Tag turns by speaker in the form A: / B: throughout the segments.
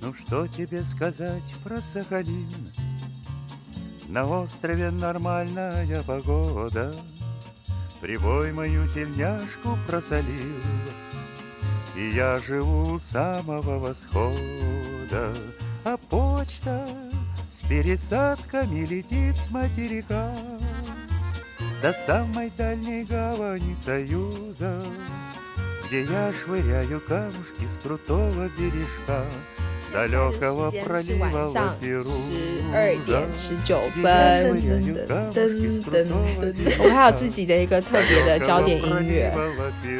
A: Ну что тебе сказать про Сахалин? На острове нормальная погода. Прибой мою тельняшку просолил, И я живу у самого восхода, А почта с пересадками летит с материка До самой дальней гавани Союза, Где я швыряю камушки с крутого бережка С
B: 现在的
A: далекого
B: 时间是晚
A: пролива
B: 上
A: Лаперуза.
B: 十二点十九
A: Я
B: 分。
A: швыряю камушки с крутого бережка.
B: 我还有自己的一个特别的焦点音乐。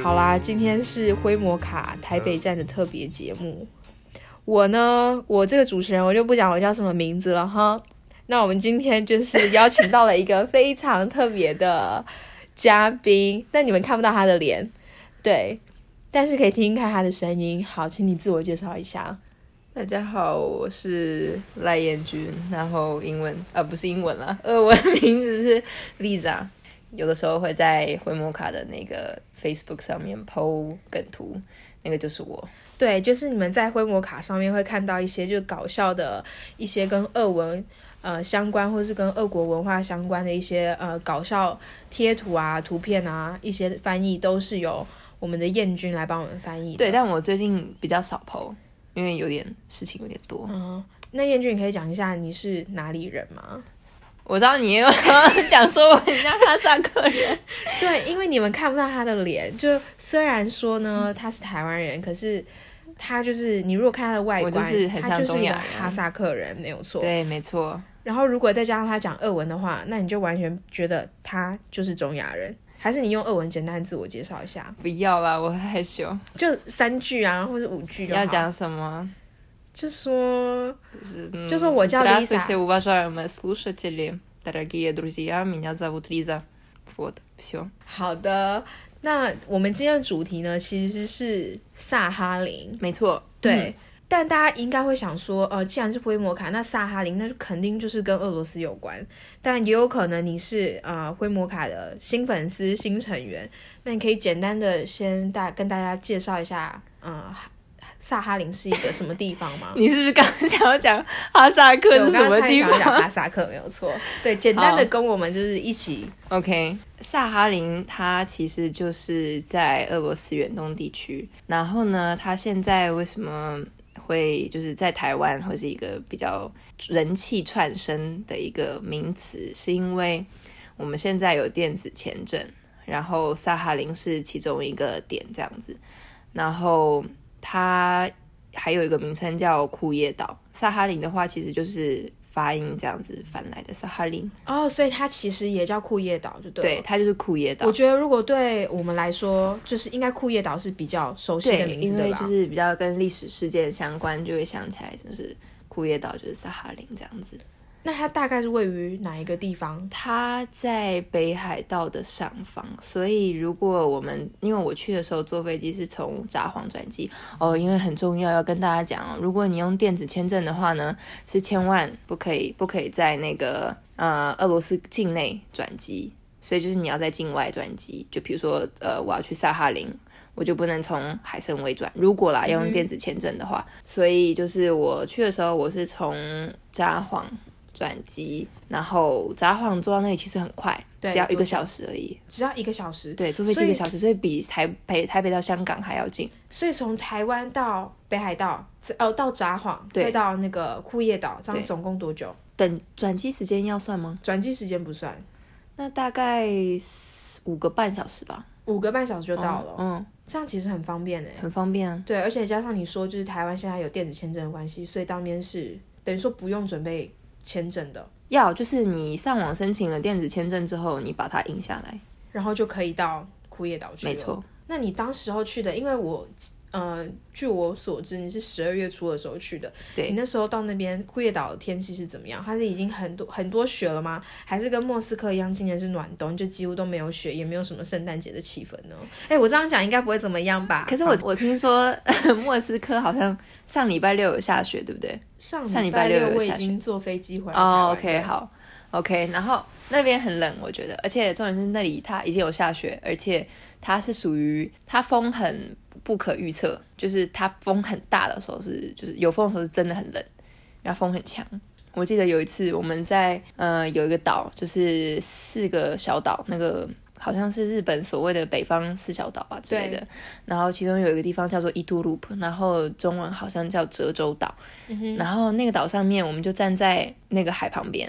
B: 好
A: 好
B: 啦，
A: 啦，今
B: 今天是灰摩卡台北站的特别节目。我呢，我这个主持人我就不讲我叫什么名字了哈。那我们今天就是邀请到了一个非常特别的嘉宾，但你们看不到他的脸，对，但是可以听听看他的声音。好，请你自我介绍一下。
C: 大家好，我是赖彦君，然后英文啊不是英文啦，俄文名字是 Lisa。有的时候会在回摩卡的那个 Facebook 上面 PO 梗图，那个就是我。
B: 对，就是你们在灰摩卡上面会看到一些就搞笑的一些跟俄文呃相关，或是跟俄国文化相关的一些呃搞笑贴图啊、图片啊，一些翻译都是由我们的燕君来帮我们翻译的。
C: 对，但我最近比较少 PO，因为有点事情有点多。
B: 嗯，那燕君，你可以讲一下你是哪里人吗？
C: 我知道你有讲说我很像哈萨克人，
B: 对，因为你们看不到他的脸，就虽然说呢他是台湾人，可是他就是你如果看他的外
C: 我
B: 观，
C: 就是很
B: 他
C: 像
B: 就是
C: 东
B: 一个
C: 亚人
B: 哈萨克人，没有错。
C: 对，没错，
B: 然后如果再加上他讲俄文的话，那你就完全觉得他就是中亚人。还是你用俄文简单自我介绍一下，
C: 不要啦，我害羞。
B: 就三句啊，或者五句就好
C: 要讲什么？
B: 就说
C: 嗯
B: 就说我叫 Lisa
C: Здравствуйте, уважаемые слушатели, дорогие друзья, меня зовут Лиза. Вот, все.
B: 好的。那我们今天的主题呢，其实是萨哈林，
C: 没错，？
B: 对。但大家应该会想说，呃，既然是灰摩卡，那萨哈林那就肯定就是跟俄罗斯有关，但也有可能你是呃灰摩卡的新粉丝、新成员，那你可以简单的先大跟大家介绍一下，呃，萨哈林是一个什么地方 吗
C: 你是不是刚刚想要讲哈萨克
B: 对，我
C: 是
B: 刚刚
C: 什么
B: 差点
C: 地
B: 想要讲
C: 方
B: 哈萨克，没有错。对，简单的
C: 好
B: 跟我们就是一起，
C: ？OK，萨哈林它其实就是在俄罗斯远东地区。然后呢，它现在为什么会就是在台湾会是一个比较人气串升的一个名词，是因为我们现在有电子签证，然后萨哈林是其中一个点这样子，然后它还有一个名称叫库页岛。萨哈林的话，其实就是发音这样子翻来的萨哈林，
B: 哦，所以它其实也叫库页岛，就对了。
C: 对，它就是库页岛
B: 我。觉得如果对我们来说，就是应该库页岛是比较熟悉的
C: 对，
B: 名字，
C: 因
B: 对
C: 为
B: 吧？
C: 就是比较跟历史事件相关，就会想起来就是库页岛就是萨哈林这样子。
B: 那它大概是位于哪一个地方？
C: 它在北海道的上方，所以如果我们因为我去的时候坐飞机是从札幌转机哦，因为很重要要跟大家讲哦，如果你用电子签证的话呢，是千万不可以不可以在那个呃俄罗斯境内转机，所以就是你要在境外转机，就比如说呃我要去萨哈林。我就不能从海参崴转，如果啦要用电子签证的话，所以就是我去的时候，我是从札幌转机，然后札幌坐到那里其实很快，
B: 对
C: 只要
B: 多
C: 一
B: 久
C: 个小时而已。
B: 只要一个小时。
C: 对，坐飞
B: 所
C: 机
B: 以
C: 一个小时，所以比台北台北到香港还要近。
B: 所以从台湾到北海道，再哦到札幌，
C: 对
B: 再到那个库页岛，这样
C: 对
B: 总共多久？
C: 等转机时间要算吗？
B: 转机时间不算，
C: 那大概四五个半小时吧。
B: 五个半小时就到了，
C: 嗯，
B: 这样其实很方便哎。
C: 很方便啊。
B: 对，而且加上你说，就是台湾现在有电子签证的关系，所以当面是等于说不用准备签证的，
C: 要就是你上网申请了电子签证之后，你把它印下来，
B: 然后就可以到库页岛去了。
C: 没错，
B: 那你当时候去的，因为我，呃，据我所知，你是十二月初的时候去的。
C: 对
B: 你那时候到那边库页岛的天气是怎么样？它是已经很多很多雪了吗？还是跟莫斯科一样，今年是暖冬，就几乎都没有雪，也没有什么圣诞节的气氛呢？哎，我这样讲应该不会怎么样吧？
C: 可是我啊我听 说莫斯科好像上礼拜六有下雪，对不对？
B: 上
C: 上
B: 礼
C: 礼拜六
B: 六
C: 有
B: 我已
C: 下雪
B: 经坐飞机回来台湾了。
C: 哦、o k 好，OK。然后那边很冷，我觉得，而且重点是那里它已经有下雪，而且它是属于它风很不可预测，就是它风很大的时候是，就是有风的时候是真的很冷，然后风很强。我记得有一次我们在呃有一个岛，就是四个小岛，那个好像是日本所谓的北方四小岛吧之类的
B: 对。
C: 然后其中有一个地方叫做伊都 loop，然后中文好像叫折州岛。
B: 嗯哼
C: 然后那个岛上面，我们就站在那个海旁边，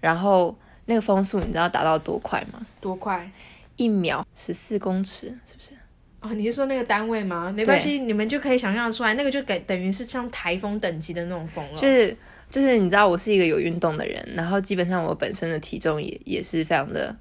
C: 然后那个风速你知道达到多快吗？
B: 多快
C: 一秒十四公尺，是不是？
B: 哦！你是说那个单位吗？没关系，你们就可以想象得出来，那个就给等于是像台风等级的那种风了。
C: 就是就是你知道我是一个有运动的人，然后基本上我本身的体重也也是非常的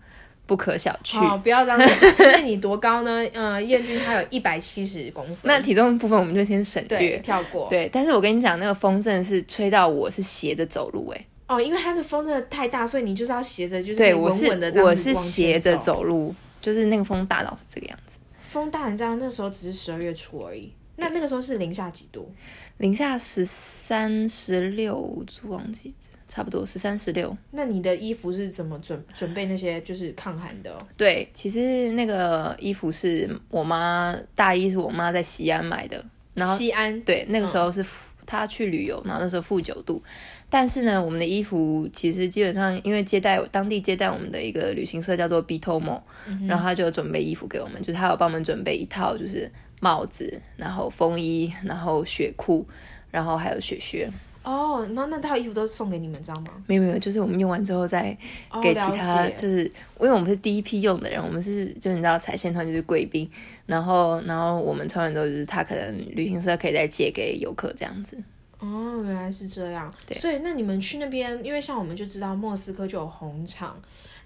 C: 不可小觑。
B: 哦，不要这样子讲。那你多高呢？呃，燕君他有一百七十公分。
C: 那体重的部分我们就先省
B: 对
C: 略。
B: 跳过。
C: 对，但是我跟你讲，那个风真的是吹到我是斜着走路、欸，
B: 哦，因为它的风真的太大，所以你就是要斜着，就是
C: 对
B: 稳
C: 我是
B: 稳的这样子
C: 我是
B: 往前
C: 斜着。走路，就是那个风大到是这个样子，
B: 风大成这样，那时候只是十二月初而已。那那个时候是零下几度？
C: 零下十三十六，忘记差不多十三十六。
B: 那你的衣服是怎么准准备那些就是抗寒的哦、
C: 对，其实那个衣服是我妈大衣是我妈在西安买的，然后
B: 西安
C: 对，那个时
B: 嗯
C: 候是负他去旅游，然后那时候负九度，但是呢，我们的衣服其实基本上因为接待当地接待我们的一个旅行社叫做 Bitomo，、
B: 嗯
C: 然后他就有准备衣服给我们，就是他有帮我们准备一套就是帽子，然后风衣，然后雪裤，然后还有雪靴，
B: 哦，然后那套衣服都送给你们，知道吗？
C: 没有没有，就是我们用完之后再
B: 哦
C: 给其
B: 了
C: 他，
B: 解
C: 就是因为我们是第一批用的人，我们是就你知道踩线团就是贵宾，然后然后我们穿完之后就是他可能旅行社可以再借给游客这样子。
B: 哦，原来是这样。
C: 对
B: 所以那你们去那边，因为像我们就知道莫斯科就有红场，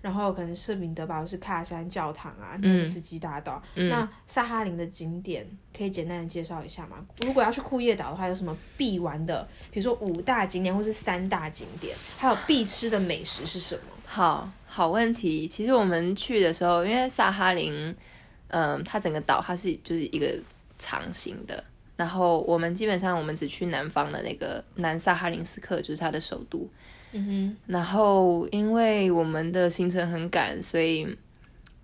B: 然后可能圣彼得堡是喀山教堂啊，涅夫斯基大道。
C: 嗯
B: 那萨哈林的景点可以简单的介绍一下吗？如果要去库页岛的话，有什么必玩的？比如说五大景点或是三大景点，还有必吃的美食是什么？
C: 好好问题。其实我们去的时候，因为萨哈林，嗯、它整个岛它是就是一个长形的。然后我们基本上我们只去南方的那个南萨哈林斯克，就是它的首都。
B: 嗯
C: 然后因为我们的行程很赶，所以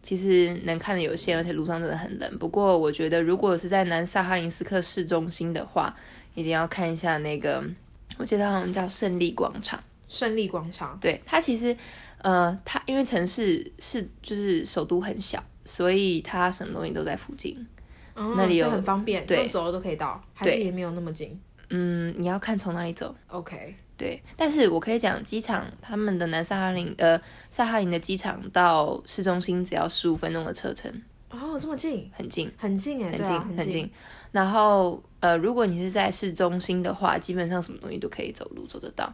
C: 其实能看的有限，而且路上真的很冷。不过我觉得，如果是在南萨哈林斯克市中心的话，一定要看一下那个，我记得它好像叫胜利广场。
B: 哼，胜利广场。
C: 对，它其实，呃，它因为城市是就是首都很小，所以它什么东西都在附近。
B: 哦
C: 那里
B: 所以
C: 有
B: 很方便，
C: 对
B: 用走了都可以到，还是
C: 对
B: 也没有那么近。
C: 嗯，你要看从哪里走。
B: OK，
C: 对，但是我可以讲，机场他们的南萨哈林，呃，萨哈林的机场到市中心只要十五分钟的车程，
B: 哦，这么近，
C: 很近，
B: 很近哎，
C: 很
B: 对
C: 近，
B: 啊，很
C: 很近。然后，呃，如果你是在市中心的话，基本上什么东西都可以走路走得到。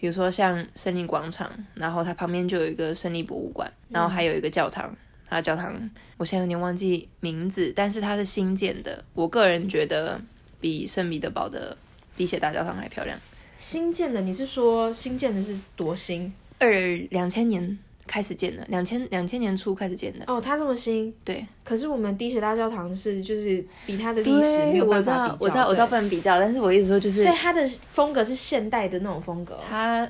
C: 比如说像胜利广场，然后它旁边就有一个胜利博物馆，然后还有一个教堂。啊，教堂我现在有点忘记名字，但是它是新建的。我个人觉得比圣彼得堡的滴血大教堂还漂亮。
B: 新建的，你是说新建的是多新？
C: 二两千年开始建的，两千两千年初开始建的。
B: 哦，它这么新，
C: 对，
B: 可是我们滴血大教堂是就是比它的历
C: 历
B: 史
C: 史
B: 没有
C: 我
B: 办
C: 知
B: 法
C: 道
B: 比，较，
C: 我知道，我知道不
B: 对
C: 能比较，但是我意思说就是
B: 所以它的风格是现代的那种风格，
C: 它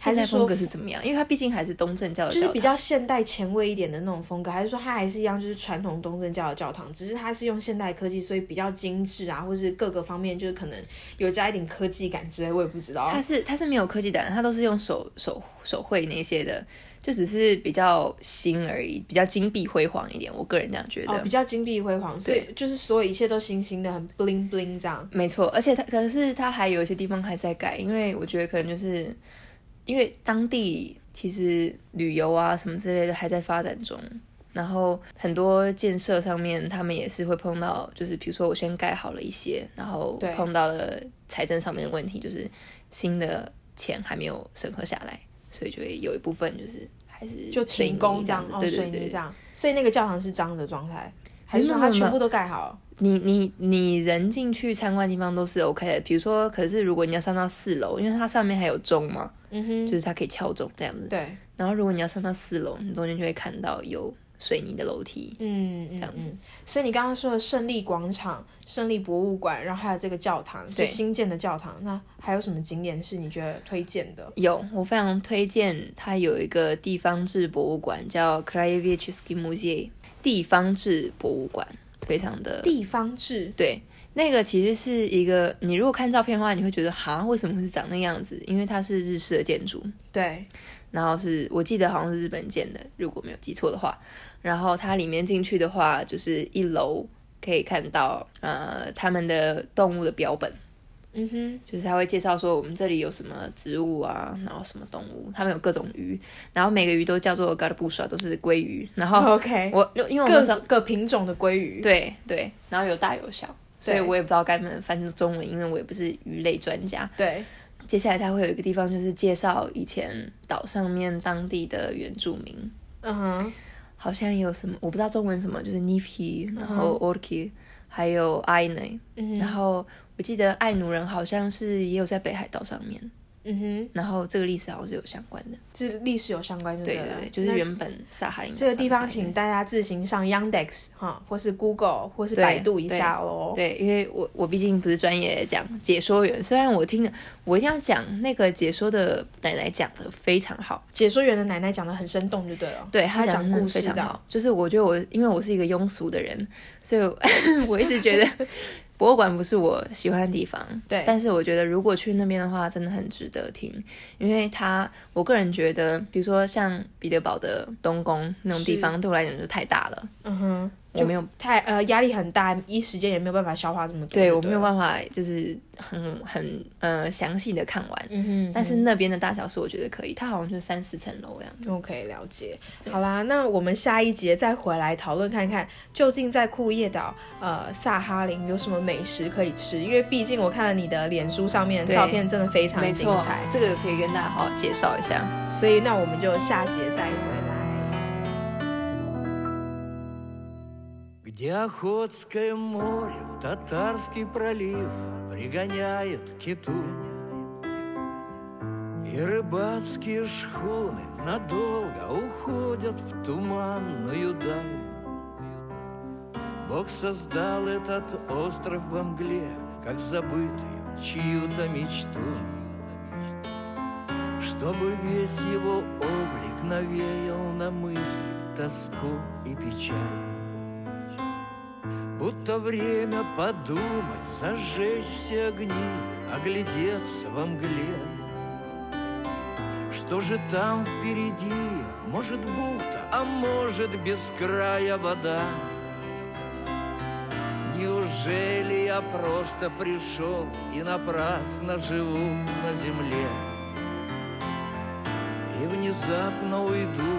B: 还
C: 现
B: 是
C: 在
B: 说
C: 风格是怎么样？因为它毕竟还是东正教的
B: 就
C: 教
B: 是
C: 堂，
B: 比较现代前卫一点的那种风格，还是说它还是一样就是传统东正教的教堂，只是它是用现代科技，所以比较精致啊，或是各个方面就是可能有加一点科技感之类，我也不知道。
C: 它是它是没有科技感的，它都是用手手手绘那些的，就只是比较新而已，比较金碧辉煌一点。我个人这样觉得。
B: 哦，比较金碧辉煌，所以就是所有一切都新新的，很 bling bling 这样。
C: 没错，而且它可是它还有一些地方还在改，因为我觉得可能就是因为当地其实旅游啊什么之类的还在发展中，然后很多建设上面他们也是会碰到，就是比如说我先盖好了一些，然后
B: 对
C: 碰到了财政上面的问题，就是新的钱还没有审核下来，所以就会有一部分就是还是
B: 就
C: 水
B: 停
C: 泥
B: 工
C: 这
B: 这样
C: 样，子，
B: 哦，
C: 对对
B: 水
C: 对
B: 泥
C: 对嗯
B: 这样，所以那个教堂是脏的状态，还是说
C: 没
B: 它
C: 有没有
B: 全部都盖好？
C: 你你你人进去参观的地方都是 OK 的，比如说，可是如果你要上到四楼，因为它上面还有钟嘛，
B: 嗯哼，
C: 就是它可以敲钟这样子。
B: 对，
C: 然后如果你要上到四楼，你中间就会看到有水泥的楼梯。
B: 嗯，这
C: 样子
B: 所以你刚刚说的胜利广场、胜利博物馆，然后还有这个教堂，就
C: 对
B: 新建的教堂，那还有什么景点是你觉得推荐的？
C: 有，我非常推荐它有一个地方志博物馆，叫 k r a y e v i c h s k y Museum 地方志博物馆，非常的
B: 地方志，
C: 对，那个其实是一个，你如果看照片的话，你会觉得哈，为什么会是长那样子？因为它是日式的建筑，
B: 对，
C: 然后是我记得好像是日本建的，如果没有记错的话。然后它里面进去的话，就是一楼可以看到呃他们的动物的标本，
B: 嗯哼，
C: 就是他会介绍说我们这里有什么植物啊，然后什么动物，他们有各种鱼，然后每个鱼都叫做 g a r b u s h a 都是鲑鱼。然 后
B: 哦 OK，
C: 我因为我那
B: 各
C: 时候
B: 个品种的鲑鱼，
C: 对对，然后有大有小，所以
B: 对
C: 我也不知道该怎么翻译中文，因为我也不是鱼类专家。
B: 对，
C: 接下来它会有一个地方，就是介绍以前岛上面当地的原住民，
B: 嗯哼，
C: 好像有什么我不知道中文什么，就是 Nipi，然后 Orki，、还有 Ainu，、
B: 嗯
C: 然
B: 哼，
C: 后我记得爱奴人好像是也有在北海道上面，
B: 嗯哼，
C: 然后这个历史好像是有相关的。
B: 这历史有相关就
C: 对
B: 了，
C: 对对，就是
B: 啊那
C: 原本撒哈林
B: 这个地方，
C: 岛上
B: 请大家自行上 Yandex 哈，或是 Google 或是百度一下哦喽。
C: 对，因为我我毕竟不是专业讲解说员，虽然我听了，我一定要讲那个解说的奶奶讲的非常好，
B: 解说员的奶奶讲的很生动，就对了。
C: 对
B: 她
C: 讲
B: 讲
C: 得真的
B: 故
C: 非
B: 事
C: 常
B: 这样
C: 好，就是我觉得我因为我是一个庸俗的人，所以我 我一直觉得 博物馆不是我喜欢的地方。
B: 对
C: 但是我觉得如果去那边的话，真的很值得听，因为它我个人觉得，比如说像彼得堡的东宫那种地
B: 是
C: 方，对我来讲就太大了，
B: 嗯哼，
C: 我没有
B: 太呃压力很大，一时间也没有办法消化这么多。
C: 对
B: 就
C: 我没有
B: 了。
C: 办法就是很很呃详细的看完。
B: 嗯哼，
C: 但是那边的大小是我觉得可以，它好像就三四层楼这样。
B: 嗯 OK，了解。好啦，那我们下一节再回来讨论看看，究竟在库页岛呃萨哈林有什么美食可以吃？因为毕竟我看了你的脸书上面的
C: 对
B: 照片，真的非常
C: 没
B: 精
C: 错
B: 彩，，
C: 这个可以跟大家好好介绍一下。
B: 所以那我们就下节再回来。
D: Где Охотское море, татарский пролив Пригоняет киту И рыбацкие шхуны надолго уходят в туманную даль Бог создал этот остров во мгле Как забытую чью-то мечту Чтобы весь его облик навеял на мысль Тоску и печаль Будто время подумать, зажечь все огни, оглядеться во мгле. Что же там впереди? Может, бухта, а может, без края вода. Неужели я просто пришел и напрасно живу на земле? И внезапно уйду,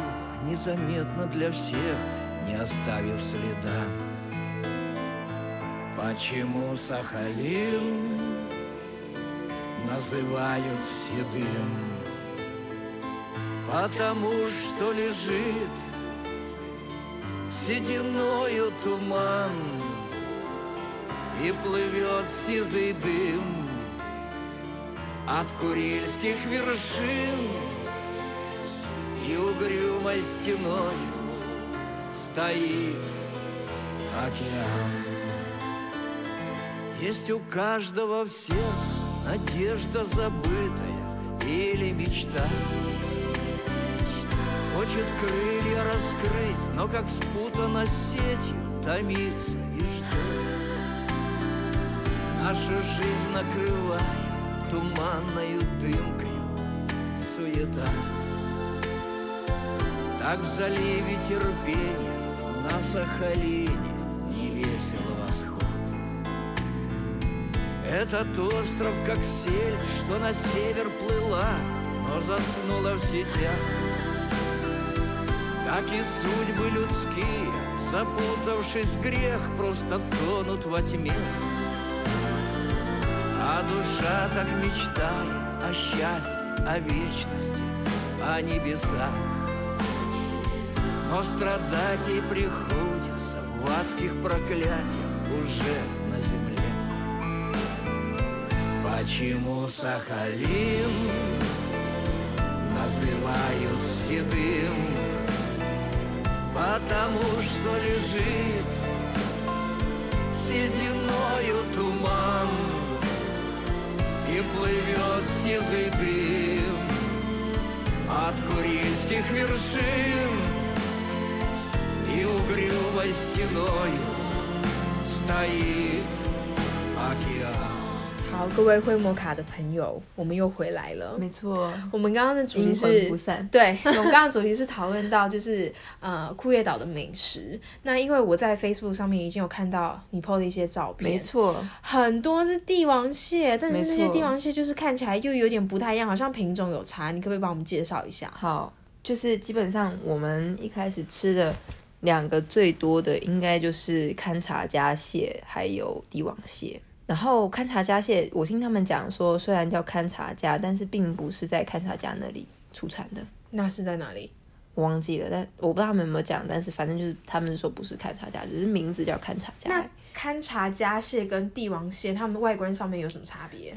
D: незаметно для всех, не оставив следа. Почему Сахалин называют седым? Потому что лежит сединою туман И плывет сизый дым от курильских вершин И угрюмой стеною стоит океан. Есть у каждого в сердце надежда забытая или мечта. Хочет крылья раскрыть, но как спутано сетью томится и ждет. Нашу жизнь накрывает туманною дымкою суета. Так в заливе терпения на Сахалине не весело восход. Этот остров, как сельдь, что на север плыла, но заснула в сетях. Так и судьбы людские, запутавшись в грех, просто тонут во тьме. А душа так мечтает о счастье, о вечности, о небесах. Но страдать ей приходится в адских проклятиях уже на земле. Почему Сахалин называют седым? Потому что лежит сединою туман И плывет сизый дым от курильских вершин И угрюмой стеною таит океан.
B: 好，各位会摩卡的朋友，我们又回来了。
C: 没错，
B: 我们刚刚的主题
C: 阴
B: 是
C: 魂不散。
B: 对，我们刚刚主题是讨论到就是呃库页岛的美食。那因为我在 Facebook 上面已经有看到你 PO 的一些照片，
C: 没，错，
B: 很多是帝王蟹，但是
C: 没
B: 那些
C: 错
B: 帝王蟹就是看起来又有点不太一样，好像品种有差。你可不可以帮我们介绍一下？
C: 好，就是基本上我们一开始吃的两个最多的，应该就是勘察家蟹还有帝王蟹。然后勘察家蟹，我听他们讲说，虽然叫勘察家，但是并不是在勘察家那里出产的，
B: 那是在哪里？
C: 我忘记了，但我不知道他们有没有讲，但是反正就是他们说不是勘察家，只是名字叫勘察家。
B: 那勘察家蟹跟帝王蟹，它们外观上面有什么差别？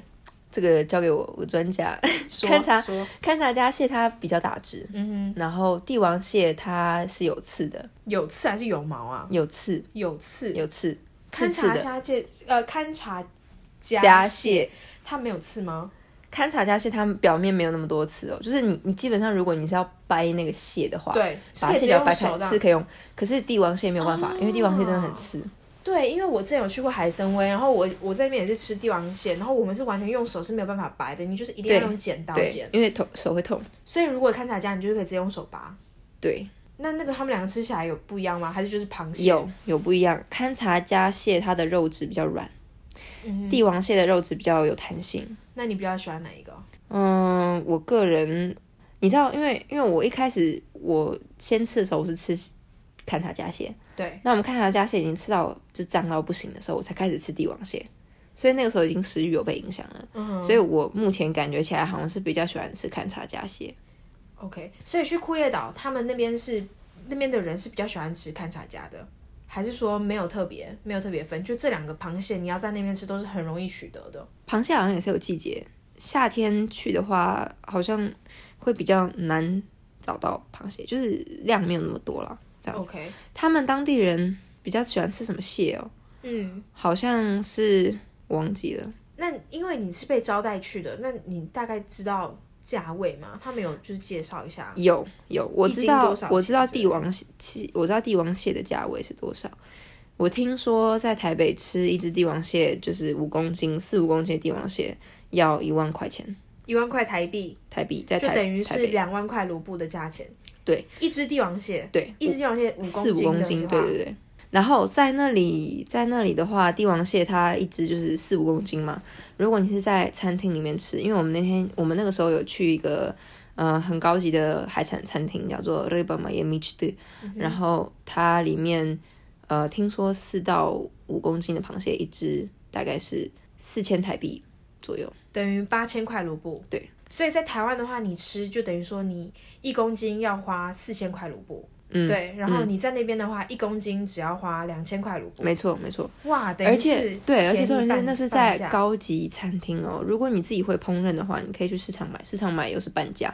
C: 这个交给我，我专家。
B: 说
C: 勘察
B: 说，
C: 勘察家蟹它比较大只，
B: 嗯哼，
C: 然后帝王蟹它是有刺的，
B: 有刺还是有毛啊？
C: 有刺，
B: 有刺，
C: 有刺，刺
B: 勘
C: 刺
B: 察
C: 的
B: 家蟹，呃，勘察
C: 家
B: 家
C: 蟹。
B: 它没有刺吗？
C: 勘察家蟹它表面没有那么多刺哦，就是你你基本上如果你是要掰那个蟹的话，，
B: 对，是
C: 把
B: 可以
C: 蟹
B: 直接
C: 脚
B: 用
C: 掰
B: 手
C: 开
B: 的啊。
C: 是可以用，可是帝王蟹没有办法，因为帝王蟹真的很刺。
B: 对，因为我之前有去过海参崴，然后我我在那边也是吃帝王蟹，然后我们是完全用手是没有办法掰的，你就是一定要
C: 对
B: 用剪刀
C: 对
B: 剪，。
C: 因为头手会痛。
B: 所以如果勘察家，你就是可以直接用手拔。
C: 对，
B: 那那个他们两个吃起来有不一样吗？还是就是螃蟹？
C: 有有不一样。勘察家蟹它的肉质比较软，帝王蟹的肉质比较有弹性。
B: 那你比较喜欢哪一个？
C: 嗯，我个人，你知道，因为因为我一开始我先吃的时候，我是吃看塔加蟹，
B: 对，
C: 那我们看塔加蟹已经吃到就胀到不行的时候，我才开始吃帝王蟹，所以那个时候已经食欲有被影响了，
B: 嗯哼
C: 所以我目前感觉起来好像是比较喜欢吃看塔加蟹，
B: OK，所以去库页岛，他们那边是那边的人是比较喜欢吃勘察家的，还是说没有特别没有特别分？就这两个螃蟹，你要在那边吃都是很容易取得的。
C: 螃蟹好像也是有季节，夏天去的话好像会比较难找到螃蟹，就是量没有那么多了。这样子
B: OK，
C: 他们当地人比较喜欢吃什么蟹哦？
B: 嗯，
C: 好像是我忘记了，
B: 那因为你是被招待去的，那你大概知道价位吗？他们有就是介绍一下。
C: 有有，我
B: 一
C: 知
B: 斤
C: 道
B: 多少
C: 我知道
B: 钱之类
C: 帝王蟹，其我知道帝王蟹的价位是多少。我听说在台北吃一只帝王蟹，就是五公斤、四五公斤的帝王蟹要一万块钱
B: 一万块台币，
C: 台币，在
B: 就
C: 台
B: 等于
C: 台
B: 是
C: 北
B: 两万块卢布的价钱。
C: 对，
B: 一只帝王蟹，
C: 对
B: 一只帝王蟹五
C: 四五
B: 斤
C: 公
B: 的
C: 斤，
B: 话
C: 对对对。然后在那里，在那里的话，帝王蟹它一只就是四五公斤嘛。如果你是在餐厅里面吃，因为我们那天我们那个时候有去一个呃很高级的海产餐厅，叫做 Riba m a y m i c h
B: 嗯
C: 然后它里面呃听说四到五公斤的螃蟹一只大概是四千台币左右，
B: 等于八千块卢布。
C: 对，
B: 所以在台湾的话，你吃就等于说你一公斤要花四千块卢布。
C: 嗯
B: 对，然后你在那边的话，一公斤只要花两千块卢布。
C: 没错没错。
B: 哇，等于
C: 而且
B: 是
C: 对，而
B: 便
C: 且
B: 宜
C: 重点是
B: 半
C: 那是
B: 半
C: 在
B: 价
C: 高级餐厅哦。如果你自己会烹饪的话，你可以去市场买，市场买又是半价。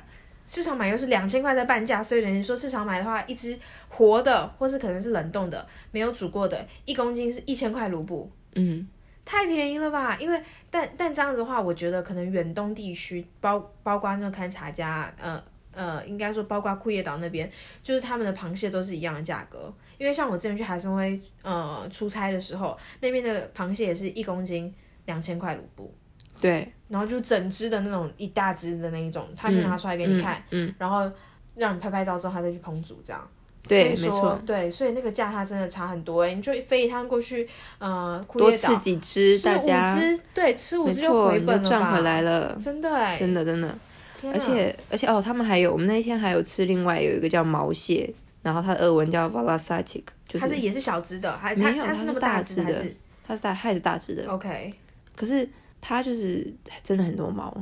B: 市场买又是两千块在半价，所以等于说市场买的话，一只活的或是可能是冷冻的，没有煮过的，一公斤是一千块卢布。
C: 嗯，
B: 太便宜了吧？因为但但这样子的话，我觉得可能远东地区包包括那个勘察家，呃呃，应该说包括库页岛那边，就是他们的螃蟹都是一样的价格。因为像我之前去海参崴呃出差的时候，那边的螃蟹也是一公斤两千块卢布，
C: 对，
B: 然后就整只的那种一大只的那一种，他就拿出来给你看，
C: 嗯嗯，嗯，
B: 然后让你拍拍照之后，他再去烹煮这样。
C: 对，
B: 所以
C: 没
B: 说
C: 错，
B: 对，所以那个价差真的差很多哎、你就飞一趟过去，呃，库
C: 多
B: 页
C: 吃
B: 岛。
C: 几只，
B: 吃
C: 大
B: 五
C: 家
B: 只，对，吃五
C: 没
B: 只就
C: 错，
B: 回
C: 你就
B: 本了
C: 赚回来
B: 了，
C: 了，
B: 真的嗯哎、
C: 真的真的。
B: 天
C: 而
B: 哪
C: 且而且哦，他们还有我们那天还有吃另外有一个叫毛蟹，然后它的俄文叫 valasatic，就
B: 它是
C: 是
B: 也是小只的，还
C: 没
B: 它
C: 有
B: 它
C: 它
B: 是
C: 是
B: 那么
C: 大
B: 只
C: 只
B: 还
C: 的
B: 是
C: 它是大它也是大只的，
B: OK？
C: 可是它就是真的很多毛，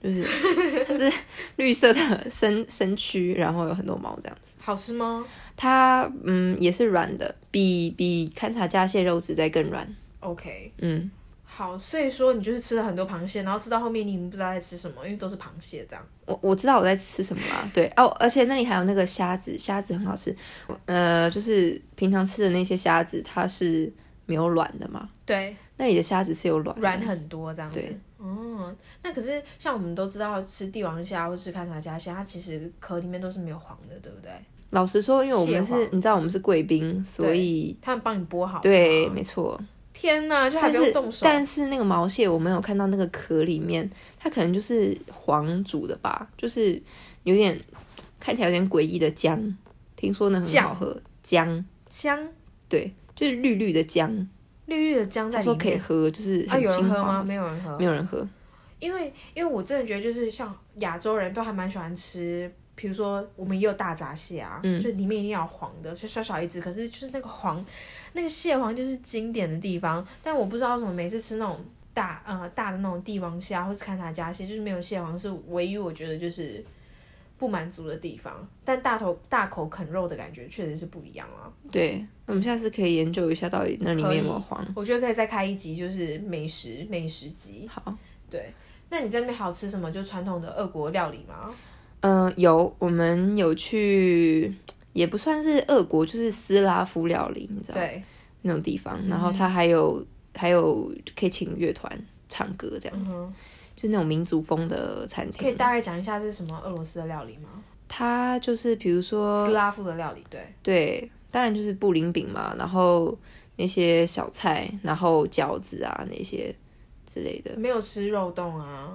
C: 就是 它是绿色的身身躯，然后有很多毛这样子。
B: 好吃吗
C: 它嗯也是软的，比比勘察家蟹肉质再更软。
B: ？OK，
C: 嗯，
B: 好，所以说你就是吃了很多螃蟹，然后吃到后面你已经不知道在吃什么，因为都是螃蟹这样。
C: 我我知道我在吃什么啦。对哦，而且那里还有那个虾子，虾子很好吃。呃，就是平常吃的那些虾子，它是没有卵的嘛。
B: 对，
C: 那里的虾子是有卵的，
B: 软很多这样子。
C: 对，
B: 嗯，那可是像我们都知道吃帝王啊虾或是看察家虾，它其实壳里面都是没有黄的，对不对？
C: 老实说，因为我们
B: 蟹黄
C: 是，你知道我们是贵宾，所以
B: 他们帮你剥好。
C: 对，
B: 是吗
C: 没错，
B: 天哪，就还
C: 但
B: 不用
C: 是
B: 动手，
C: 但是那个毛蟹我没有看到那个壳里面，它可能就是黄煮的吧，就是有点看起来有点诡异的姜，听说呢很
B: 酱
C: 好喝姜，
B: 姜
C: 对，就是绿绿的姜，
B: 绿绿的姜在
C: 他
B: 里
C: 说
B: 面。
C: 可以喝，就是
B: 啊，
C: 很
B: 有人
C: 精
B: 喝
C: 华
B: 吗？
C: 的
B: 没有人喝，
C: 没有人喝，
B: 因为因为我真的觉得就是像亚洲人都还蛮喜欢吃，比如说我们也有大闸蟹啊，
C: 嗯
B: 就里面一定要有黄的，就小小一只，可是就是那个黄，那个蟹黄就是经典的地方。但我不知道为什么每次吃那种大呃大的那种帝王蟹啊，或是看他家蟹，就是没有蟹黄是唯一我觉得就是不满足的地方。但大头大口啃肉的感觉确实是不一样啊。
C: 对，我们下次可以研究一下到底那里
B: 可
C: 面有
B: 以
C: 没有黄。
B: 我觉得可以再开一集，就是美食美食集。
C: 好，
B: 对，那你在那边还有吃什么？就传统的俄国料理吗？
C: 嗯、有，我们有去，也不算是俄国，就是斯拉夫料理，你知道吗
B: 对，
C: 那种地方，
B: 嗯
C: 然后它还有、还有可以请乐团唱歌这样
B: 嗯
C: 子，
B: 哼，
C: 就是那种民族风的餐
B: 可以
C: 厅。
B: 大概讲一下是什么俄罗斯的料理吗？
C: 它就是比如
B: 斯
C: 说，
B: 拉夫的料理，对，
C: 对，当然就是布林饼嘛，然后那些小菜，然后饺子啊那些之类的
B: 没有吃肉冻啊，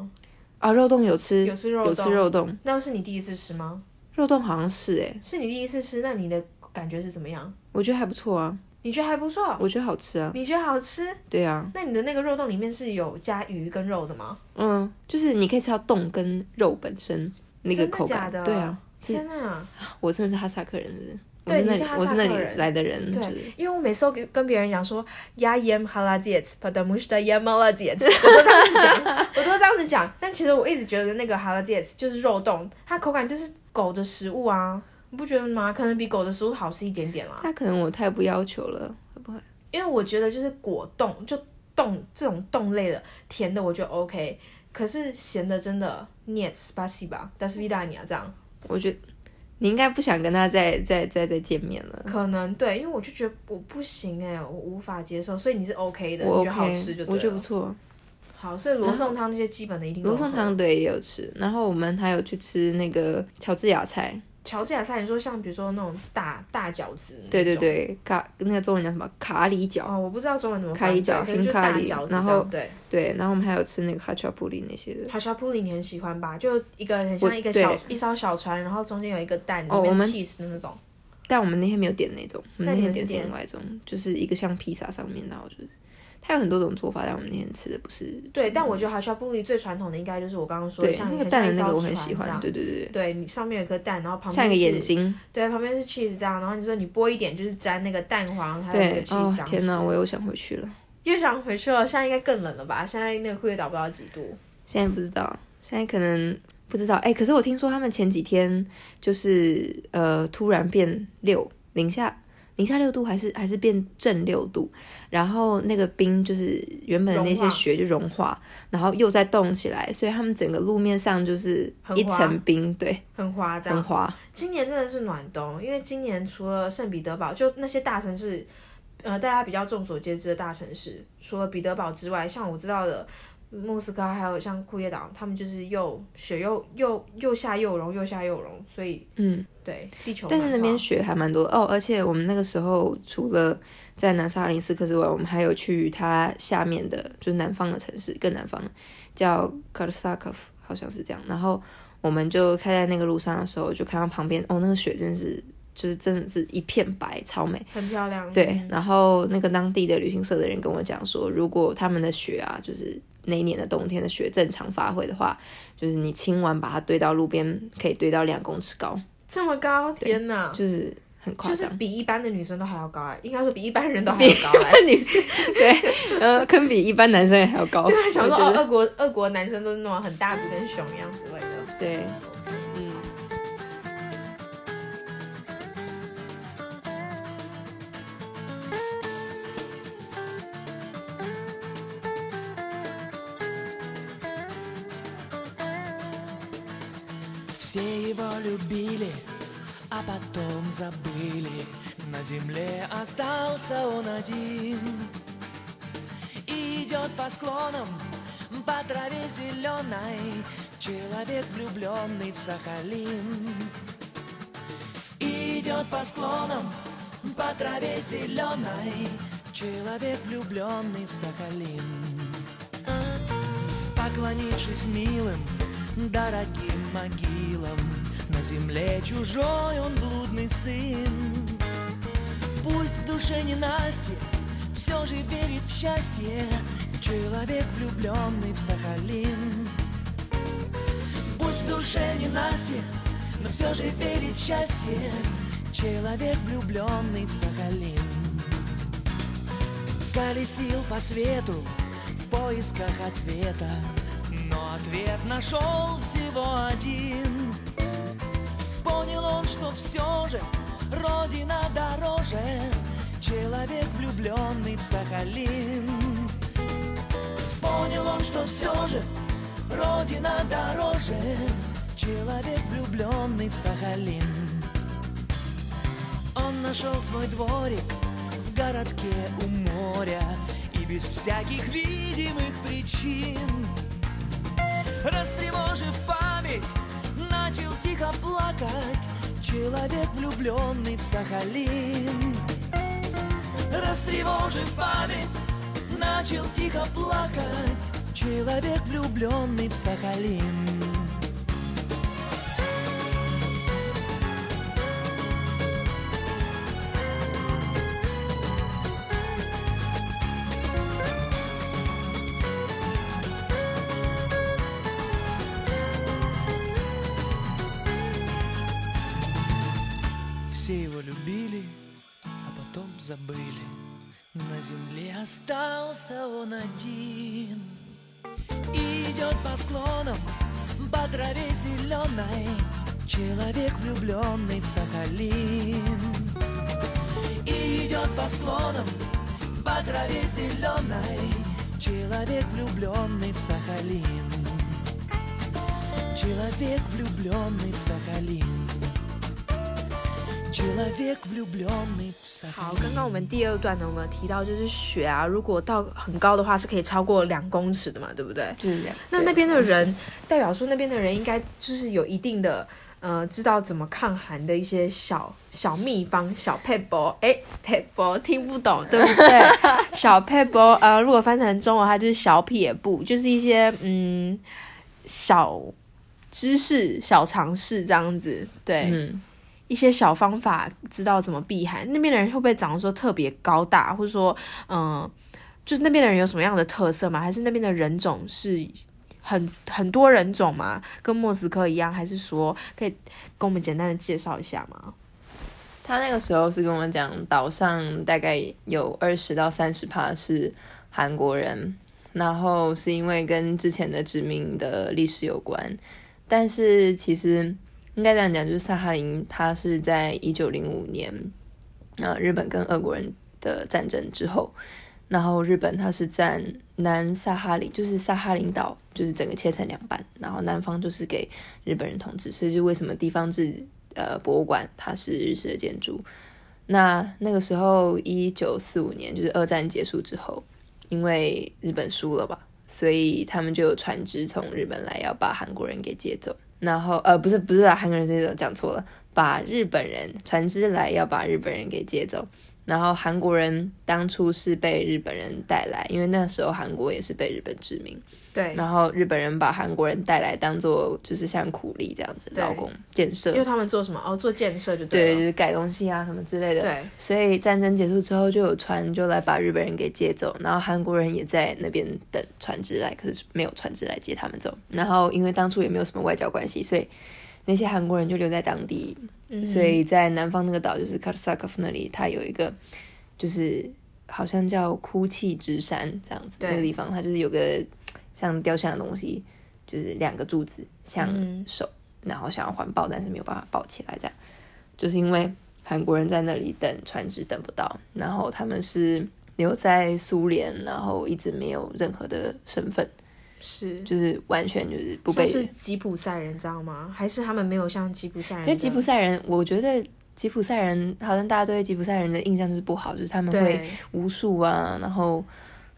C: 啊，肉冻有吃，
B: 嗯有吃肉
C: 有
B: 冻，
C: 吃肉冻，
B: 那是你第一次吃吗？
C: 肉冻好像是哎、
B: 是你第一次吃，那你的感觉是怎么样？
C: 我觉得还不错啊，
B: 你觉得还不错，
C: 我觉得好吃啊，
B: 你觉得好吃？
C: 对啊，
B: 那你的那个肉冻里面是有加鱼跟肉的吗？
C: 嗯，就是你可以吃到冻跟肉本身那个
B: 真的
C: 口
B: 假
C: 感，
B: 的
C: 对啊，是
B: 天哪！
C: 我真的是哈萨克人，是不是？
B: 对
C: 我
B: 你是
C: 是
B: 哈
C: 那
B: 萨
C: 里，我是那
B: 克
C: 里
B: 人
C: 来的人，
B: 对
C: 就是
B: 因为我每次都跟跟别人讲说 “ya yem haladiet”，p a d a m u s h a yem haladiet，我 都这样子讲，我都这样子讲。但其实我一直觉得那个 haladiet 就是肉冻，它口感就是狗的食物啊，你不觉得吗？可能比狗的食物好吃一点点啦。
C: 那可能我太不要求了，会不会？
B: 因为我觉得就是果冻，就冻这种冻类的甜的，我觉得 OK。可是咸的真的 niet spasiba das v i d a n i a 这样，
C: 我觉得你应该不想跟他再再再再见面了。
B: 可能对，因为我就觉得我不行哎、我无法接受，所以你是 OK 的，
C: 我
B: 你觉
C: OK，
B: 得好吃就对
C: 我觉得
B: 了
C: 不错。
B: 好，所以罗宋汤那些基本的一定都有
C: 罗宋
B: 喝
C: 汤对也有吃，然后我们还有去吃那个乔治亚菜，
B: 乔治亚菜，你说像比如说那种大大饺子，
C: 对对。对，卡那个中文叫什么卡里饺，
B: 哦，我不知道中文怎么
C: 咖
B: 翻译
C: 喱饺
B: 可能就大
C: 黑咖喱
B: 饺子
C: 然
B: 这样
C: 后
B: 对，
C: 对，然后我们还有吃那个哈乔普里那些的。
B: 好小普里你很喜欢吧？就一个很像
C: 我
B: 一个
C: 对
B: 小一艘小船，然后中间有一个蛋，
C: 哦
B: 里面
C: 我们
B: cheese 的那种。
C: 但我们那天没有点那种，我
B: 那
C: 们
B: 你
C: 那
B: 们
C: 天
B: 是
C: 点是
B: 点
C: 另外一种，就是一个像披萨上面，然后就是它有很多种做法，但我们那天吃的不是
B: 对，
C: 传统
B: 但我觉得好小布里最传统的应该就是我刚刚说的，
C: 对
B: 像
C: 那个
B: 很
C: 蛋
B: 像一
C: 的那个
B: 艘
C: 我很
B: 船
C: 喜
B: 这
C: 欢，
B: 样
C: 对对对，对
B: 对你上面有颗蛋，然后旁边
C: 像一个
B: 是
C: 眼，睛，
B: 对，旁边是 cheese 这样，然后你说你剥一点就是沾那个蛋黄，还有那个
C: 对，哦
B: cheese 这样
C: 天
B: 吃
C: 哪，我又想回去了。
B: 又想回去了，现在应该更冷了吧？现在那个库页岛不知道几度，
C: 现在不知道，现在可能不知道。哎、可是我听说他们前几天就是呃突然变六零下零下六度，还是还是变正六度，然后那个冰就是原本的那
B: 融化
C: 些雪就融化，然后又再冻起来，所以他们整个路面上就是
B: 很
C: 一
B: 滑
C: 层冰，对，
B: 很花这样
C: 很。滑。
B: 今年真的是暖冬，因为今年除了圣彼得堡，就那些大城市，呃，大家比较众所皆知的大城市，除了彼得堡之外，像我知道的莫斯科，还有像库页岛，他们就是又雪又又又下又融，又下又融，所以
C: 嗯，
B: 对地球暖
C: 但
B: 化。
C: 是那边雪还蛮多哦，而且我们那个时候除了在南萨林斯克之外，我们还有去它下面的，就是南方的城市，更南方的叫 k a r s a k o v 好像是这样。然后我们就开在那个路上的时候，就看到旁边哦，那个雪真是就是真的是一片白，超美。
B: 很漂亮，嗯
C: 对，然后那个当地的旅行社的人跟我讲说，如果他们的雪啊，就是那一年的冬天的雪正常发挥的话，就是你清完把它堆到路边，可以堆到两公尺高，
B: 这么高，天哪！
C: 就是很夸
B: 就是
C: 张。
B: 比一般的女生都还要高哎、应该说比一般人都还要高 哎、
C: 女生对，呃，可能比一般男生也还要高。
B: 对啊，想说
C: 我觉
B: 哦，
C: 得
B: 俄国俄国男生都是那种很大只跟熊一样之类的。
C: 对，嗯。
E: Все его любили, а потом забыли. На земле остался он один. И идет по склонам, по траве зеленой. Человек влюбленный в Сахалин. И идет по склонам, по траве зеленой. Человек влюбленный в Сахалин Поклонившись милым, дорогим могилам На земле чужой он блудный сын Пусть в душе не Насти все же верит в счастье Человек влюбленный в Сахалин Пусть в душе не Насти, но все же верит в счастье Человек влюбленный в Сахалин Колесил по свету в поисках ответа Но ответ нашел всего один Понял он, что все же Родина дороже Человек влюбленный в Сахалин Понял он, что все же Родина дороже Человек влюбленный в Сахалин Он нашел свой дворик В городке у моря И без всяких видимых причин Растревожив память, начал тихо плакать Человек, влюбленный в Сахалин Растревожив память, начал тихо плакать Человек, влюбленный в Сахалин Все его любили, а потом забыли. На земле остался он один. И идет по склонам, по траве зеленой, Человек, влюбленный в Сахалин. И идет по склонам, по траве зеленой, Человек, влюбленный в Сахалин. Человек, влюбленный в Сахалин. Человек влюбленный в Сахалин.
B: 好，刚刚我们第二段呢，我们有提到就是雪啊，如果到很高的话是可以超过两公尺的嘛，对不对？
C: 就是这样。
B: 那那边的人，代表说那边的人应该就是有一定的，呃，知道怎么抗寒的一些小小秘方、小 p e b l 哎 p e b l 听不懂，对不对？小 p e b l 呃，如果翻成中文，它就是小撇步，就是一些嗯小知识、小尝试这样子，对。
C: 嗯，
B: 一些小方法，知道怎么避寒。那边的人会不会长得说特别高大，或者说，嗯、就是那边的人有什么样的特色吗？还是那边的人种是很很多人种吗？跟莫斯科一样，还是说可以跟我们简单的介绍一下吗？
C: 他那个时候是跟我讲，岛上大概有二十到三十趴是韩国人，然后是因为跟之前的殖民的历史有关，但是其实应该这样讲，就是萨哈林它是在一九零五年，呃，日本跟俄国人的战争之后，然后日本它是占南萨哈林，就是萨哈林岛，就是整个切成两半，然后南方就是给日本人统治，所以就为什么地方自呃博物馆，它是日式的建筑。那那个时候，一九四五年，就是二战结束之后，因为日本输了吧，所以他们就有船只从日本来，要把韩国人给接走。然后呃，不是不是把韩国人接走，讲错了，把日本人船只来要把日本人给接走。然后韩国人当初是被日本人带来，因为那时候韩国也是被日本殖民。
B: 对
C: 然后日本人把韩国人带来当做就是像苦力这样子
B: 对
C: 劳工建设，
B: 因为他们做什么？哦，做建设就
C: 对，
B: 了。
C: 就是改东西啊什么之类的。
B: 对，
C: 所以战争结束之后，就有船就来把日本人给接走，然后韩国人也在那边等船只来，可是没有船只来接他们走。然后因为当初也没有什么外交关系，所以那些韩国人就留在当地。
B: 嗯
C: 所以在南方那个岛，就是卡萨克夫那里，它有一个就是好像叫哭泣之山这样子，
B: 对
C: 那个地方它就是有个像雕像的东西，就是两个柱子像
B: 嗯
C: 手，然后想要环抱，但是没有办法抱起来这样。就是因为韩国人在那里等船只等不到，然后他们是留在苏联，然后一直没有任何的身份，
B: 是
C: 就是完全就是不
B: 像
C: 被。
B: 是吉普赛人，知道吗？还是他们没有像吉普赛人
C: 因
B: 的？
C: 为吉普赛人，我觉得吉普赛人好像大家对吉普赛人的印象就是不好，就是他们会
B: 对
C: 巫术啊，然后
B: 嗯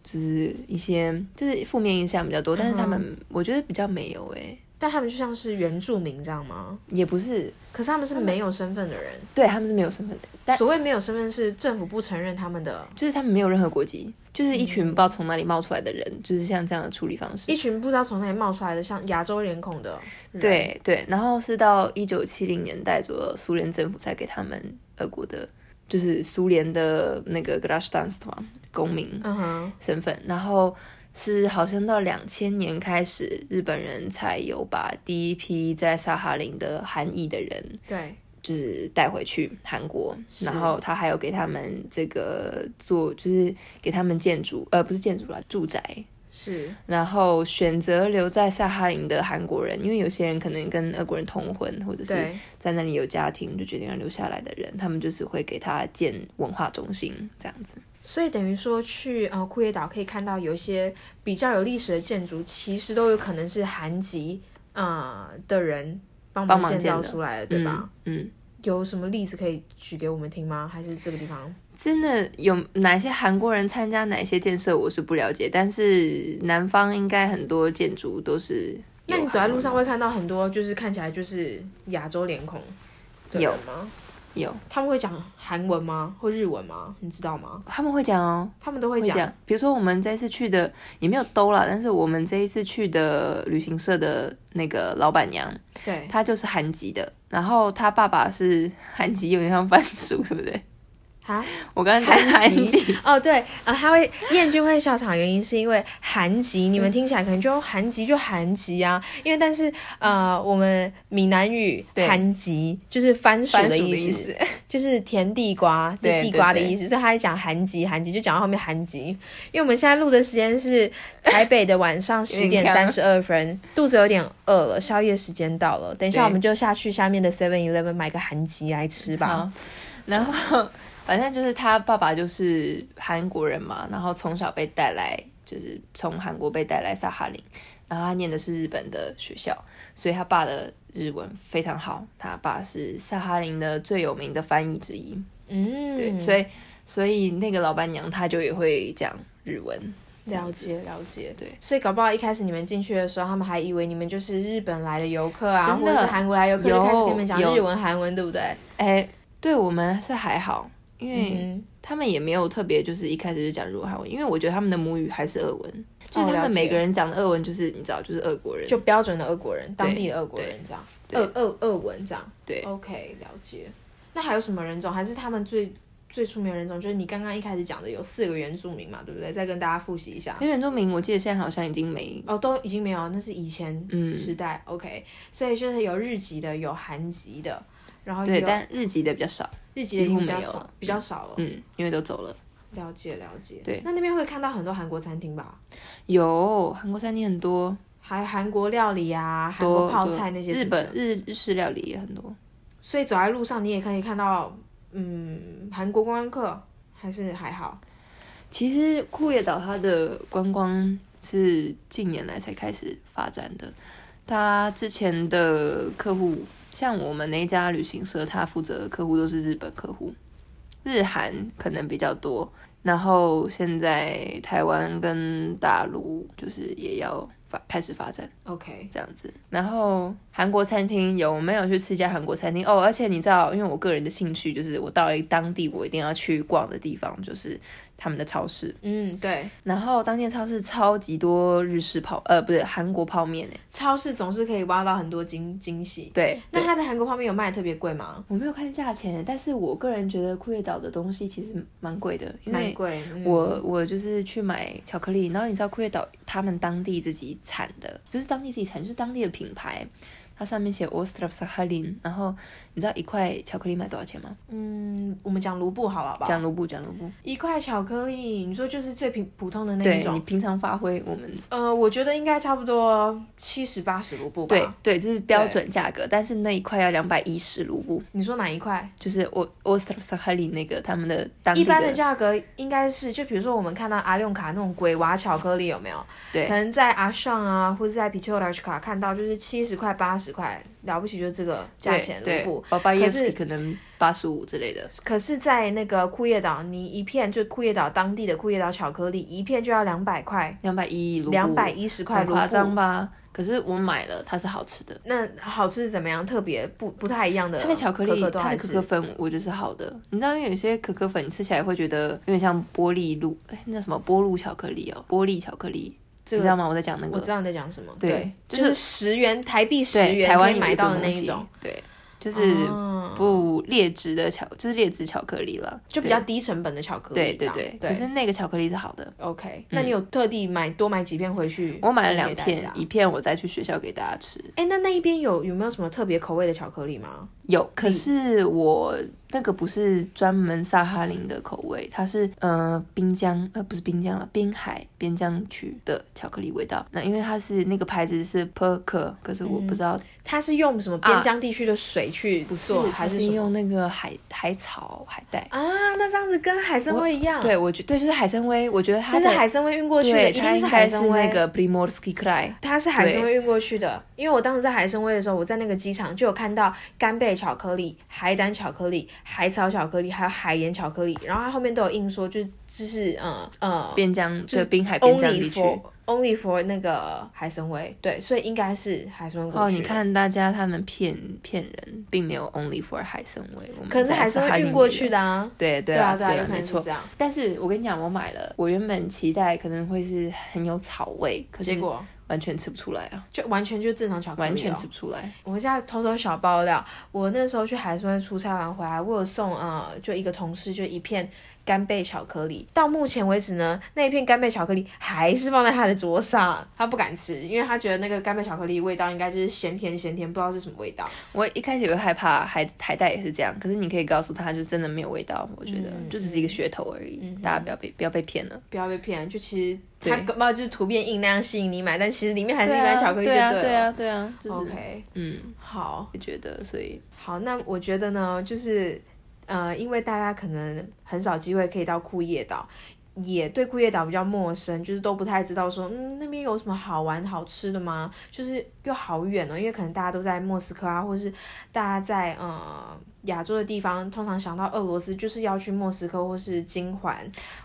C: 就是一些就是负面印象比较多，但是他们我觉得比较没有诶、欸
B: 但他们就像是原住民这样吗？
C: 也不是，
B: 可是他们是没有身份的人。
C: 对他们是没有身份的，但
B: 所谓没有身份，是政府不承认他们的
C: 就是他们没有任何国籍，就是一群不知道从哪里冒出来的人，就是像这样的处理方
B: 嗯
C: 式
B: 一。群不知道从哪里冒出来的像亚洲脸孔的人。
C: 对对，然后是到一九七零年代左右，苏联政府才给他们俄国的，就是苏联的那个 g r a s h t a n s t 公民
B: 嗯哼，
C: 身份，然后是好像到两千年开始，日本人才有把第一批在萨哈林的韩裔的人，
B: 对，
C: 就是带回去韩国，
B: 是
C: 然后他还有给他们这个做，就是给他们建筑，呃，不是建筑啦，住宅。
B: 是
C: 然后选择留在萨哈林的韩国人，因为有些人可能跟俄国人通婚，或者是
B: 对，
C: 在那里有家庭，就决定要留下来的人，他们就是会给他建文化中心这样子。
B: 所以等于说去呃库页岛可以看到有一些比较有历史的建筑，其实都有可能是韩籍啊、呃的人帮
C: 帮
B: 忙
C: 忙
B: 建
C: 建
B: 造
C: 的
B: 出来的，对吧？
C: 嗯？嗯，
B: 有什么例子可以举给我们听吗？还是这个地方？
C: 真的有哪些韩国人参加哪些建设，我是不了解，但是南方应该很多建筑都是。
B: 那你走在路上会看到很多就是看起来就是亚洲脸孔的人
C: 有
B: 吗？
C: 有，
B: 他们会讲韩文吗？或日文吗？你知道吗？
C: 他们会讲哦，
B: 他们都会
C: 会
B: 讲。
C: 讲。比如说我们这一次去的也没有兜啦，但是我们这一次去的旅行社的那个老板娘，
B: 对，
C: 她就是韩籍的，然后她爸爸是韩籍，有点像番薯，对不对？
B: 哈，
C: 我刚刚讲
B: 韩
C: 韩
B: 籍
C: 籍，
B: 哦，对，呃，他会燕君会笑场的原因是因为韩籍，
C: 嗯
B: 你们听起来可能就哦韩籍就韩籍啊，因为但是呃，我们闽南语
C: 对
B: 韩籍就是番薯
C: 番薯
B: 的
C: 的
B: 意
C: 意
B: 思，
C: 思。
B: 就是甜地瓜，就是
C: 对
B: 地瓜的
C: 对对
B: 意思。所以他在讲韩籍，韩籍就讲到后面韩籍，因为我们现在录的时间是台北的晚上十
C: 有
B: 点
C: 点
B: 三
C: 呛
B: 十二分，肚子有点饿了，宵夜时间到了，等一下
C: 对
B: 我们就下去下面的 Seven Eleven 买个韩籍来吃吧
C: 好。然后反正就是他爸爸就是韩国人嘛，然后从小被带来，就是从韩国被带来萨哈林，然后他念的是日本的学校，所以他爸的日文非常好，他爸是萨哈林的最有名的翻译之一，
B: 嗯，
C: 对，所以所以那个老板娘她就也会讲日文，
B: 了解了解，
C: 对
B: 所以搞不好一开始你们进去的时候，他们还以为你们就是日本来的游客啊，
C: 真
B: 或
C: 的
B: 者是韩国来游客，
C: 有
B: 就开始跟你们讲
C: 有
B: 日文、韩文，对不对？
C: 哎，对我们是还好，因为
B: 嗯，
C: 他们也没有特别就是一开始就讲日文韩文，因为我觉得他们的母语还是俄文，就
B: 哦
C: 是
B: 了
C: 他们
B: 解哦
C: 每个人讲的俄文就是你知道就是俄国人，
B: 就标准的俄国人，当地的俄国
C: 对
B: 人这样，
C: 对
B: 俄俄俄文这样。
C: 对
B: OK，了解。那还有什么人种？还是他们最最出名的人种？就是你刚刚一开始讲的有四个原住民嘛，对不对？再跟大家复习一下
C: 可。是原住民，我记得现在好像已经没
B: 哦，都已经没有了，那是以前
C: 嗯
B: 时代。OK，所以就是有日籍的，有韩籍的，然后
C: 对，
B: 有哦
C: 但日籍的比较少，
B: 日籍的已
C: 几乎
B: 经比较
C: 没有
B: 少
C: 了，
B: 比较少了。
C: 嗯，因为都走了。
B: 了解了解。
C: 对
B: 那那边会看到很多韩国餐厅吧？
C: 有韩国餐厅很多，
B: 还有韩国料理啊，韩
C: 多
B: 国泡
C: 多
B: 菜那些什
C: 日
B: 么的。
C: 本日日式料理也很多，
B: 所以走在路上，你也可以看到，嗯，韩国观光客还是还好。
C: 其实库页岛它的观光是近年来才开始发展的，它之前的客户，像我们那一家旅行社，它负责的客户都是日本客户，日韩可能比较多。然后现在台湾跟大陆就是也要发开始发展
B: OK，
C: 这样子。然后韩国餐厅有没有去吃一家韩国餐厅？哦，而且你知道，因为我个人的兴趣就是我到了当地我一定要去逛的地方就是他们的超市。
B: 嗯，对，
C: 然后当天超市超级多日式泡，呃，不是韩国泡面诶。
B: 超市总是可以挖到很多惊惊喜。
C: 对，
B: 那
C: 对
B: 它的韩国泡面有卖得特别贵吗？
C: 我没有看价钱，但是我个人觉得库页岛的东西其实蛮贵的，因
B: 蛮
C: 为
B: 贵，嗯
C: 我我就是去买巧克力，然后你知道库页岛他们当地自己产的，不是当地自己产，就是当地的品牌，它上面写 Ostrov Sakhalin，然后你知道一块巧克力卖多少钱吗？
B: 嗯，我们讲卢布好了好不好？
C: 讲卢布，讲卢布，
B: 一块巧克力，你说就是最平普通的那一
C: 对你
B: 种，
C: 平常发挥我们
B: 呃，我觉得应该差不多七十八十卢布吧。
C: 对，对，这是标准价格，但是那一块要两百一十卢布。
B: 你说哪一块？
C: 就是我 o s t r s a h a l i 那个他们的当地
B: 一般的价格应该是，就比如说我们看到阿六卡那种鬼娃巧克力有没有？可
C: 对
B: 能在阿尚啊，或是在 p i c h o l a s h 卡看到就是七十块、八十块，了不起就是这个价钱
C: 对
B: 卢布。，
C: 巴巴
B: 可
C: 耶
B: 是
C: 斯可能八十五之类的，
B: 可是，在那个库页岛，你一片就库页岛当地的库页岛巧克力，一片就要两百块，
C: 两百一卢布，
B: 两百一十块
C: 很
B: 卢
C: 夸张
B: 布。
C: 吧？可是我买了，它是好吃的。
B: 那好吃是怎么样？特别不不太一样的
C: 它的巧克力，
B: 啊可可豆
C: 它
B: 还
C: 的
B: 是
C: 可可粉，我觉得是好的。你知道，因为有些可可粉你吃起来会觉得有点像玻璃露，哎，那什么波露巧克力哦，玻璃巧克力，
B: 这
C: 你
B: 个
C: 知道吗？我在讲那个，
B: 我知道你在讲什么，
C: 对
B: 就
C: 就是是
B: 十元台币十
C: 对，
B: 元
C: 台
B: 可
C: 湾
B: 以
C: 有
B: 买到的
C: 种
B: 那
C: 东
B: 一
C: 西
B: 种，，
C: 对，就是
B: 哦
C: 不劣质的巧，就是劣质巧克力了，
B: 就比较低成本的巧克
C: 对
B: 力这
C: 对
B: 样，
C: 对对。
B: 对。
C: 可是那个巧克力是好的，
B: OK，那你有特地买多买几片回去？
C: 我买了
B: 给
C: 两
B: 大
C: 片
B: 家，
C: 一片我再去学校给大家吃。
B: 哎、那那一边有有没有什么特别口味的巧克力吗？
C: 有，可是我那个不是专门萨哈林的口味，它是呃滨江呃不是滨江了，滨海边疆区的巧克力味道。那因为它是那个牌子是 Perk，可是我不知道，
B: 它是用什么边疆地区的水去嗯做，还
C: 它啊是
B: 什么
C: 用那个海海草海带。
B: 啊？那这样子跟海参崴一样，
C: 对，，我觉对就是海参崴，我觉得它
B: 啊其实
C: 的
B: 海参崴运过去的，
C: 对
B: 一
C: 它
B: 定
C: 应
B: 海
C: 该是
B: 参崴
C: 那个 Primorsky Kraj。
B: 它是海参
C: 对
B: 崴运过去的，因为我当时在海参崴的时候，我在那个机场就有看到干贝巧克力、海胆巧克力、海草巧克力，还有海盐巧克力，然后它后面都有印说，就是就是呃呃
C: 边疆
B: 就是
C: 对滨海边疆
B: only
C: 地区。
B: for only for 那个海参崴，对，所以应该是海参崴过去。
C: 哦，你，看大家他们骗骗人，并没有 only for 海参崴，我们
B: 可能是
C: 在
B: 海
C: 萨
B: 参
C: 哈
B: 崴
C: 林
B: 运过
C: 也有
B: 去的啊。
C: 对对
B: 对
C: 啊，
B: 啊，对啊，有可能
C: 没
B: 是
C: 错
B: 这。样。
C: 但是我跟你讲，我买了，我原本期待可能会是很有草味，可
B: 结
C: 是
B: 果啊
C: 完全吃不出来啊，
B: 就完全就正常巧克力、哦
C: 完全吃。不出来。
B: 我现在偷偷小爆料，我那时候去海参崴出差完回来，我有送呃，就一个同事就一片干贝巧克力。到目前为止呢，那一片干贝巧克力还是放在他的桌上，他不敢吃，因为他觉得那个干贝巧克力味道应该就是咸甜咸甜，不知道是什么味道。
C: 我一开始也会害怕海海带也是这样，可是你可以告诉他，就真的没有味道，我觉得
B: 嗯
C: 就只是一个噱头而已，大家不要被不要被骗了。
B: 不要被骗，就其实它
C: 对
B: 搞不好就是图片印那样吸引你买，但其实里面还是一般巧克力就
C: 对啊
B: 了。
C: 对啊对啊，就是
B: OK，
C: 嗯，
B: 好，
C: 我觉得所以
B: 好，那我觉得呢，就是呃，因为大家可能很少机会可以到库页岛，也对库页岛比较陌生，就是都不太知道说，嗯，那边有什么好玩好吃的吗？就是又好远哦，因为可能大家都在莫斯科啊，或者是大家在呃亚洲的地方，通常想到俄罗斯就是要去莫斯科或是金环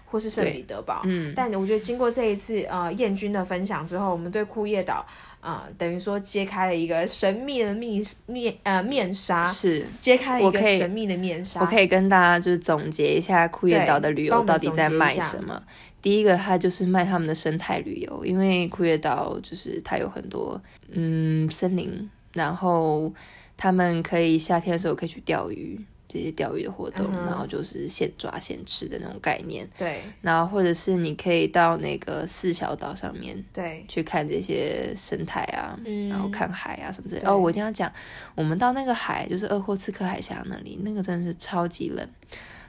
B: 或是圣
C: 对
B: 彼得堡。
C: 嗯，
B: 但我觉得经过这一次呃燕君的分享之后，我们对库页岛啊、呃等于说揭开了一个神秘的密面呃面纱，
C: 是。
B: 揭开了一
C: 我
B: 个
C: 可以
B: 神秘的面纱。
C: 我可以跟大家就是总结一下库页岛的旅
B: 帮我
C: 游
B: 们
C: 到底在卖
B: 总结一下
C: 什么。第一个，它就是卖他们的生态旅游，因为库页岛就是它有很多嗯森林，然后他们可以夏天的时候可以去钓鱼，这些钓鱼的活动，
B: 嗯哼
C: 然后就是现抓现吃的那种概念，
B: 对
C: 然后或者是你可以到那个四小岛上面
B: 对，
C: 去看这些生态啊，
B: 嗯
C: 然后看海啊什么之类的。
B: 对
C: 哦，我一定要讲，我们到那个海，就是鄂霍次克海峡那里，那个真的是超级冷。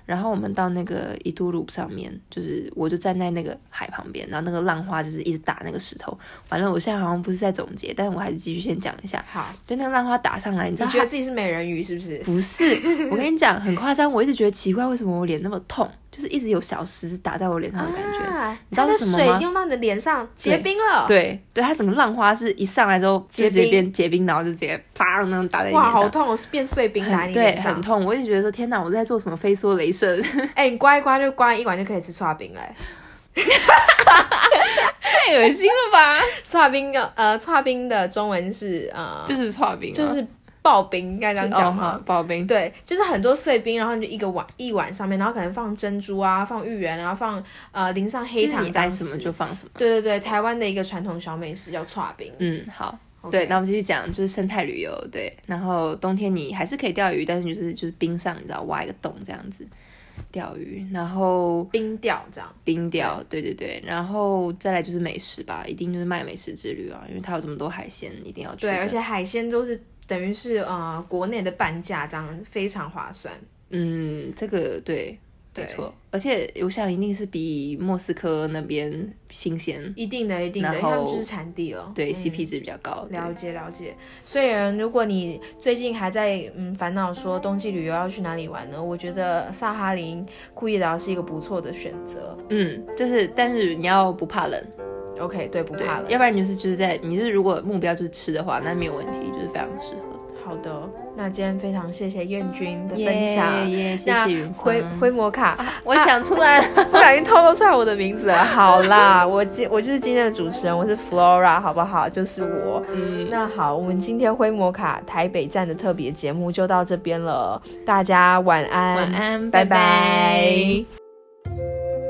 C: 然后我们到那个伊都鲁上面，就是我就站在那个海旁边，然后那个浪花就是一直打那个石头。完了，我现在好像不是在总结，但是我还是继续先讲一下。
B: 好，
C: 就那个浪花打上来，你知
B: 你
C: 道
B: 觉得
C: 它
B: 自己是美人鱼是不是？
C: 不是？我跟你讲，很夸张。我一直觉得奇怪，为什么我脸那么痛，就是一直有小石子打在我脸上的感觉。
B: 啊，
C: 你知道
B: 它的
C: 是什么吗
B: 水用到你的脸上结冰了。，
C: 对对，它整个浪花是一上来之后就
B: 结
C: 直接
B: 冰
C: 变结冰，然后就直接啪那样打在你脸
B: 哇，
C: 上，
B: 好痛哦，变碎冰打
C: 很
B: 你
C: 嗯对
B: 脸，上
C: 很。痛。我一直觉得说天哪，我在做什么飞梭镭射？
B: 哎、你刮一刮就刮一碗就可以吃刨冰了、欸。
C: 太恶心 了吧？
B: 刨冰的呃，刨冰的中文是呃，
C: 就是刨冰 啊，
B: 就是刨冰，应该这样讲吗？
C: 哦刨冰，
B: 对，就是很多碎冰，然后你就一个碗一碗上面，然后可能放珍珠啊，放芋圆啊，然后放呃淋上黑
C: 就是
B: 糖
C: 你
B: 这样
C: 爱
B: 吃
C: 什么就放什么。
B: 对对对，台湾的一个传统小美食叫刨冰。
C: 嗯，好。
B: OK
C: 对，那我们继续讲，就是生态旅游，对。然后冬天你还是可以钓鱼，但是就是就是冰上，你知道挖一个洞这样子钓鱼，然后
B: 冰钓这样。
C: 冰雕，对对对，然后再来就是美食吧，一定就是卖美食之旅啊，因为它有这么多海鲜，一定要去的。
B: 对，而且海鲜都是等于是呃国内的半价，这样非常划算。
C: 嗯，这个对，
B: 对
C: 没错，而且我想一定是比莫斯科那边新鲜，
B: 一定的，一定的，
C: 然
B: 因为他们就
C: 后
B: 是产地了。
C: 对、
B: 嗯
C: CP 值比较高。对
B: 了解了解，所以如果你最近还在嗯烦恼说冬季旅游要去哪里玩呢，我觉得萨哈林、库页岛是一个不错的选择。
C: 嗯，就是但是你要不怕冷，
B: OK，对，不
C: 对
B: 怕，了。
C: 要不然你就是就是在你就是如果目标就是吃的话，那没有问题，就是非常适合。
B: 好好的，哦那今天非常谢谢燕君的
C: 耶
B: 分享。
C: 耶，谢
B: 那
C: 谢云
B: 灰
C: 峰
B: 灰魔卡，
C: 我讲出来了，
B: 不小心透露出来我的名字了。好啦，我今我就是今天的主持人，我是 Flora，好不好？就是我。
C: 嗯，
B: 那好，我们今天灰魔卡台北站的特别节目就到这边了，大家晚安，
C: 晚安，
B: 拜
C: 拜拜
B: 拜